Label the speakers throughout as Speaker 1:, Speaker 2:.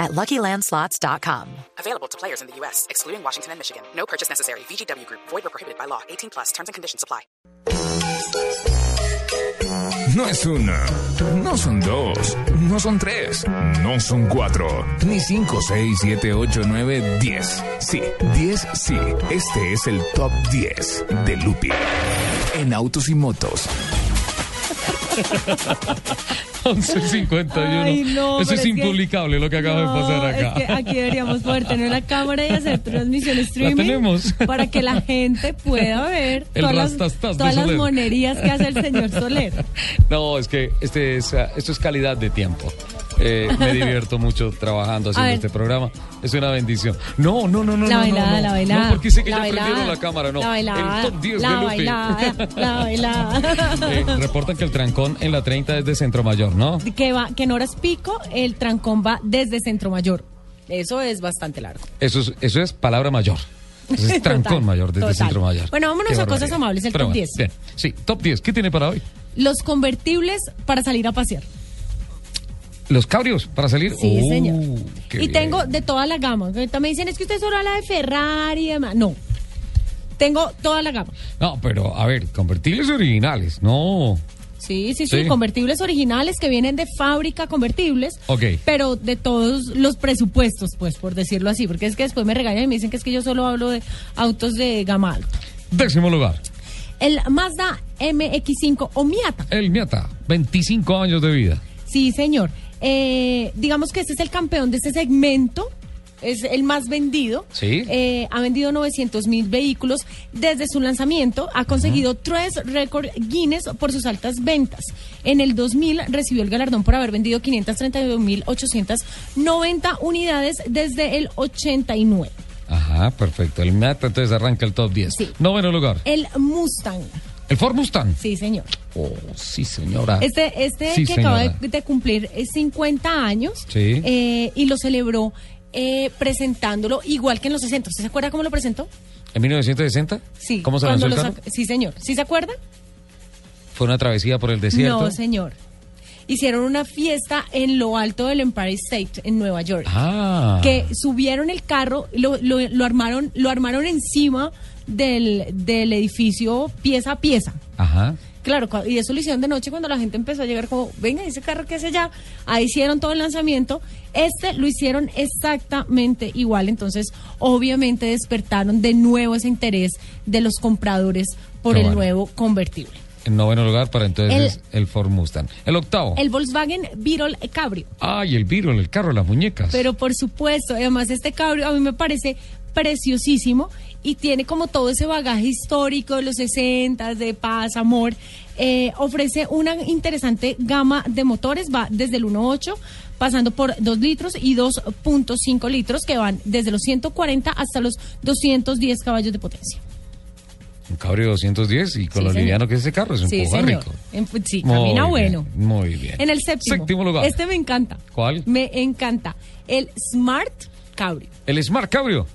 Speaker 1: at luckylandslots.com.
Speaker 2: Available to players in the U.S., excluding Washington and Michigan. No purchase necessary. VGW Group, void or prohibited by law. 18 plus terms and conditions apply.
Speaker 3: No es una, no son dos, no son tres, no son cuatro, ni cinco, seis, siete, ocho, nueve, diez. Sí, diez, sí. Este es el top 10 de Lupi en autos y motos.
Speaker 4: 11.51.
Speaker 5: Ay, no,
Speaker 4: Eso
Speaker 5: pero
Speaker 4: es,
Speaker 5: es que-
Speaker 4: impublicable lo que acaba de pasar acá.
Speaker 5: Es que aquí deberíamos poder tener una cámara y hacer transmisión streaming.
Speaker 4: tenemos.
Speaker 5: Para que la gente pueda ver
Speaker 4: El
Speaker 5: todas, las,
Speaker 4: rastastas de
Speaker 5: todas las
Speaker 4: Soler.
Speaker 5: monerías que hace el señor Soler.
Speaker 4: No, es que este es, ah, esto es calidad de tiempo. Eh, me divierto mucho trabajando haciendo
Speaker 5: ver.
Speaker 4: este programa. Es una bendición. No, no, no, no.
Speaker 5: La
Speaker 4: no,
Speaker 5: bailada,
Speaker 4: no, no.
Speaker 5: la bailada.
Speaker 4: No, porque sé que
Speaker 5: la
Speaker 4: ya
Speaker 5: bailada,
Speaker 4: prendieron la cámara, no.
Speaker 5: La bailada.
Speaker 4: el top 10
Speaker 5: la
Speaker 4: de Lupe.
Speaker 5: bailada, la bailada.
Speaker 4: Eh, reportan que el trancón en la 30 es de Centro Mayor, ¿no?
Speaker 5: que, va, que en horas pico el trancón va desde Centro Mayor. Eso es bastante largo.
Speaker 4: Eso es, eso es palabra mayor. Eso es trancón
Speaker 5: Total,
Speaker 4: mayor desde
Speaker 5: total.
Speaker 4: Centro Mayor.
Speaker 5: Bueno, vámonos
Speaker 4: Qué
Speaker 5: a cosas
Speaker 4: barbaridad.
Speaker 5: amables, el
Speaker 4: Pero
Speaker 5: top
Speaker 4: bueno,
Speaker 5: 10.
Speaker 4: bien. Sí, top 10. ¿Qué tiene para hoy?
Speaker 5: Los convertibles para salir a pasear.
Speaker 4: Los cabrios para salir.
Speaker 5: Sí,
Speaker 4: Uh,
Speaker 5: señor.
Speaker 4: qué
Speaker 5: Y
Speaker 4: bien.
Speaker 5: tengo de toda la gama. Ahorita Me dicen, es que usted solo habla de Ferrari y demás. No. Tengo toda la gama.
Speaker 4: No, pero a ver, convertibles originales, no.
Speaker 5: Sí, sí, sí,
Speaker 4: Sí.
Speaker 5: Convertibles originales que vienen de fábrica, convertibles.
Speaker 4: Ok.
Speaker 5: Pero de todos los presupuestos, pues, por decirlo así. Porque es que después me regañan y me dicen que es que yo solo hablo de autos de gama alta.
Speaker 4: Décimo lugar,
Speaker 5: El Mazda MX5 o Miata.
Speaker 4: el Miata, 25 años de vida.
Speaker 5: Sí, señor. Eh, digamos que este es el campeón de este segmento. Es el más vendido.
Speaker 4: Sí.
Speaker 5: Eh, ha vendido 900 mil vehículos desde su lanzamiento. Ha conseguido tres récord Guinness por sus altas ventas. En el 2000 recibió el galardón por haber vendido 532.890 unidades desde el 89.
Speaker 4: Ajá, perfecto. El Miata entonces arranca el top 10.
Speaker 5: Sí. Eh.
Speaker 4: Noveno lugar,
Speaker 5: El Mustang.
Speaker 4: el Ford Mustang.
Speaker 5: Sí, señor.
Speaker 4: Oh, sí, señora.
Speaker 5: Este, este
Speaker 4: Ah. Sí,
Speaker 5: que acaba
Speaker 4: señora.
Speaker 5: de, de cumplir eh, 50 años
Speaker 4: Sí.
Speaker 5: eh, y lo celebró eh, presentándolo igual que en los 60. ¿Usted se acuerda cómo lo presentó?
Speaker 4: ¿En 1960?
Speaker 5: Sí.
Speaker 4: ¿Cómo se
Speaker 5: cuando
Speaker 4: lanzó el
Speaker 5: lo
Speaker 4: carro?
Speaker 5: sac- Sí, señor. ¿Sí se acuerda?
Speaker 4: ¿Fue una travesía por el desierto?
Speaker 5: No, señor. Hicieron una fiesta en lo alto del Empire State en Nueva York.
Speaker 4: Ah.
Speaker 5: Que subieron el carro, lo, lo- lo armaron, lo armaron encima del, del edificio pieza a pieza.
Speaker 4: Ajá.
Speaker 5: Claro, cua- y eso lo hicieron de noche cuando la gente empezó a llegar como, venga, ese carro que hace allá. Ahí hicieron todo el lanzamiento. Este lo hicieron exactamente igual. Entonces, obviamente despertaron de nuevo ese interés de los compradores por
Speaker 4: Qué
Speaker 5: el
Speaker 4: bueno.
Speaker 5: nuevo convertible.
Speaker 4: En noveno lugar para entonces el, Ford Mustang. El octavo.
Speaker 5: El Volkswagen Beetle Cabrio.
Speaker 4: Ay, el Virol, el carro, las muñecas.
Speaker 5: Pero por supuesto, además este cabrio a mí me parece preciosísimo y tiene como todo ese bagaje histórico de los 60, de paz, amor. Eh, ofrece una interesante gama de motores, va desde el 1.8 pasando por 2 litros y 2.5 litros que van desde los 140 hasta los 210 caballos de potencia.
Speaker 4: Un cabrio 210 y con
Speaker 5: Sí,
Speaker 4: lo
Speaker 5: señor.
Speaker 4: liviano que es ese carro, es un
Speaker 5: Sí,
Speaker 4: poco
Speaker 5: señor.
Speaker 4: Pues rico.
Speaker 5: En- sí,
Speaker 4: Muy
Speaker 5: camina
Speaker 4: bien,
Speaker 5: bueno.
Speaker 4: Muy bien.
Speaker 5: En el séptimo,
Speaker 4: Séptimo lugar.
Speaker 5: este me encanta.
Speaker 4: ¿Cuál?
Speaker 5: Me encanta. El Smart Cabrio.
Speaker 4: El Smart Cabrio.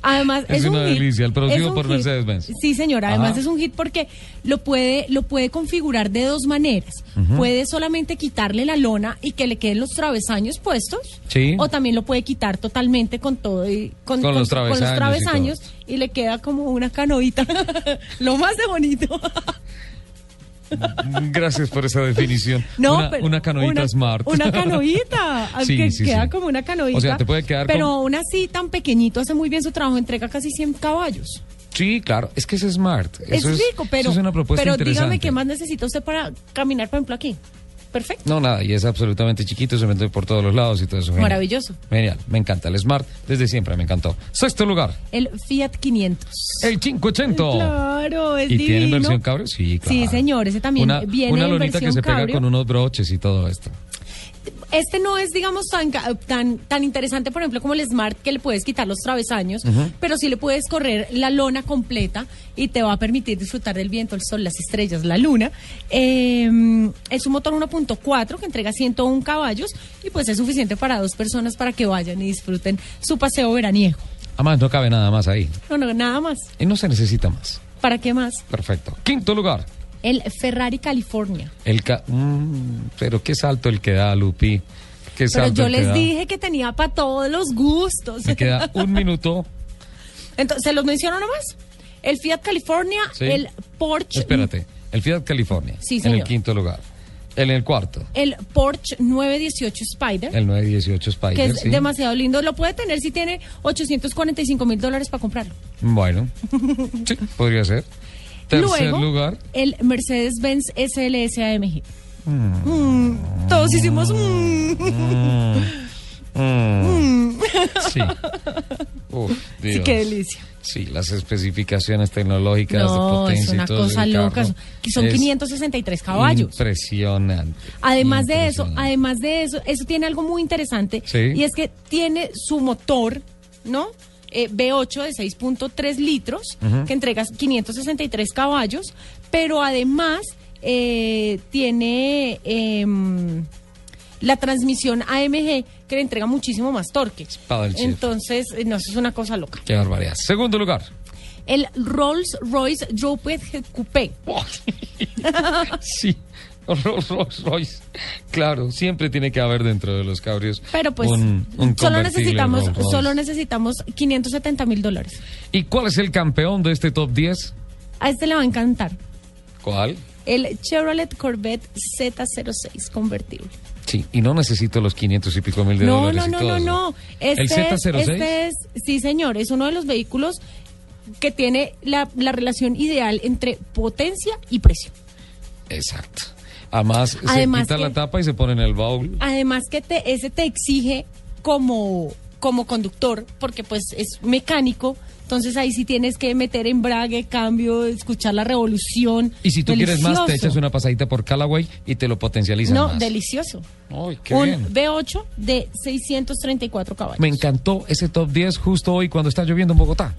Speaker 5: Además,
Speaker 4: Es
Speaker 5: es,
Speaker 4: una
Speaker 5: un hit.
Speaker 4: delicia, el producido
Speaker 5: Es un
Speaker 4: por
Speaker 5: hit.
Speaker 4: Mercedes-Benz.
Speaker 5: Sí, señora, además
Speaker 4: Ajá.
Speaker 5: es un hit porque lo puede, lo puede configurar de dos maneras. Puede solamente quitarle la lona y que le queden los travesaños puestos.
Speaker 4: Sí.
Speaker 5: O también lo puede quitar totalmente con todo y con,
Speaker 4: Con los travesaños y
Speaker 5: travesaños y, le queda como una canoita. lo más de bonito.
Speaker 4: Gracias por esa definición.
Speaker 5: No,
Speaker 4: una,
Speaker 5: pero
Speaker 4: una canoita
Speaker 5: una-
Speaker 4: Smart.
Speaker 5: Una canoita. al
Speaker 4: Sí,
Speaker 5: que
Speaker 4: sí,
Speaker 5: queda
Speaker 4: sí.
Speaker 5: como una canoita.
Speaker 4: O sea, te puede quedar
Speaker 5: Pero
Speaker 4: con-
Speaker 5: aún así, tan pequeñito, hace muy bien su trabajo, entrega casi 100 caballos.
Speaker 4: Sí, claro. Es que es Smart.
Speaker 5: Es
Speaker 4: Eso
Speaker 5: rico, pero,
Speaker 4: eso es una propuesta
Speaker 5: pero dígame
Speaker 4: interesante.
Speaker 5: qué más necesita usted para caminar, por ejemplo, aquí. Perfecto.
Speaker 4: No, nada, y es absolutamente chiquito, se mete por todos los lados y todo eso. Genial.
Speaker 5: Maravilloso.
Speaker 4: Genial, me encanta. El Smart, desde siempre me encantó. Sexto lugar,
Speaker 5: El Fiat 500.
Speaker 4: el 580.
Speaker 5: Claro, es
Speaker 4: ¿Y
Speaker 5: divino.
Speaker 4: tiene versión cabrio? Sí, claro.
Speaker 5: Sí, señor, ese también
Speaker 4: una,
Speaker 5: viene
Speaker 4: Una
Speaker 5: en
Speaker 4: lonita que
Speaker 5: versión
Speaker 4: se pega
Speaker 5: cabrio.
Speaker 4: con unos broches y todo esto.
Speaker 5: Este no es, digamos, tan, ca- tan, tan interesante, por ejemplo, como el Smart, que le puedes quitar los travesaños, pero sí le puedes correr la lona completa y te va a permitir disfrutar del viento, el sol, las estrellas, la luna. Eh, es un motor 1.4 que entrega 101 caballos y pues es suficiente para dos personas para que vayan y disfruten su paseo veraniego.
Speaker 4: Además, no cabe nada más ahí.
Speaker 5: No, no, nada más.
Speaker 4: Y no se necesita más.
Speaker 5: ¿Para qué más?
Speaker 4: Perfecto. Quinto lugar.
Speaker 5: El Ferrari California.
Speaker 4: El ca- Mm, pero qué salto el que da, Lupi. Qué
Speaker 5: Pero
Speaker 4: salto
Speaker 5: yo
Speaker 4: el que
Speaker 5: les
Speaker 4: da.
Speaker 5: dije que tenía para todos los gustos.
Speaker 4: Me queda un minuto.
Speaker 5: Entonces, ¿se los menciono nomás? El Fiat California,
Speaker 4: Sí.
Speaker 5: el Porsche.
Speaker 4: Espérate. El Fiat California.
Speaker 5: Sí,
Speaker 4: en el
Speaker 5: señor.
Speaker 4: quinto lugar. En el cuarto.
Speaker 5: El Porsche 918 Spider.
Speaker 4: El 918 Spider.
Speaker 5: que es
Speaker 4: sí.
Speaker 5: demasiado lindo. Lo puede tener si tiene 845 mil dólares para comprarlo.
Speaker 4: Bueno. Sí, podría ser. Tercer
Speaker 5: Luego,
Speaker 4: lugar.
Speaker 5: el Mercedes-Benz SLS AMG. Mm, todos hicimos. mm.
Speaker 4: Sí. Uf,
Speaker 5: Sí,
Speaker 4: Dios.
Speaker 5: qué delicia.
Speaker 4: Sí, las especificaciones tecnológicas de
Speaker 5: No,
Speaker 4: potencia
Speaker 5: es una
Speaker 4: y todo
Speaker 5: cosa
Speaker 4: del
Speaker 5: loca.
Speaker 4: carro
Speaker 5: Que son
Speaker 4: es
Speaker 5: 563 caballos.
Speaker 4: Impresionante.
Speaker 5: Además de eso,
Speaker 4: impresionante.
Speaker 5: además de eso, eso tiene algo muy interesante
Speaker 4: Sí.
Speaker 5: y es que tiene su motor, ¿no? Eh, V8 de 6.3 litros que entregas 563 caballos, pero además eh, tiene em, la transmisión AMG que le entrega muchísimo más torque.
Speaker 4: para el chef.
Speaker 5: Entonces, eh, no, eso es una cosa loca.
Speaker 4: Qué barbaridad. Segundo lugar.
Speaker 5: El Rolls Royce Droped Coupé.
Speaker 4: sí. Rolls Rolls Royce. Claro, siempre tiene que haber dentro de los cabrios.
Speaker 5: Pero pues
Speaker 4: un- un
Speaker 5: solo
Speaker 4: convertible
Speaker 5: necesitamos,
Speaker 4: Rolls Royce.
Speaker 5: solo necesitamos 570 mil dólares.
Speaker 4: ¿Y cuál es el campeón de este top 10?
Speaker 5: A este le va a encantar.
Speaker 4: ¿Cuál?
Speaker 5: El Chevrolet Corvette Z06 convertible.
Speaker 4: Sí, y no necesito los 500 y pico mil de
Speaker 5: No,
Speaker 4: dólares.
Speaker 5: no,
Speaker 4: y
Speaker 5: no,
Speaker 4: todo
Speaker 5: no,
Speaker 4: eso.
Speaker 5: no. Este
Speaker 4: ¿El Z06?
Speaker 5: Es, este es, sí, señor, es uno de los vehículos que tiene la, la relación ideal entre potencia y precio.
Speaker 4: Exacto. Además,
Speaker 5: Además
Speaker 4: se quita
Speaker 5: que-
Speaker 4: la tapa y se pone en el baúl.
Speaker 5: Además que te, ese te exige como, como conductor, porque pues es mecánico, entonces ahí sí tienes que meter embrague, cambio, escuchar la revolución.
Speaker 4: Y si tú quieres más, te
Speaker 5: Delicioso.
Speaker 4: echas una pasadita por Callaway y te lo potencializas
Speaker 5: No,
Speaker 4: más.
Speaker 5: delicioso.
Speaker 4: Ay, qué
Speaker 5: un
Speaker 4: bien.
Speaker 5: V8 de 634 caballos.
Speaker 4: Me encantó ese top 10 justo hoy cuando está lloviendo en Bogotá.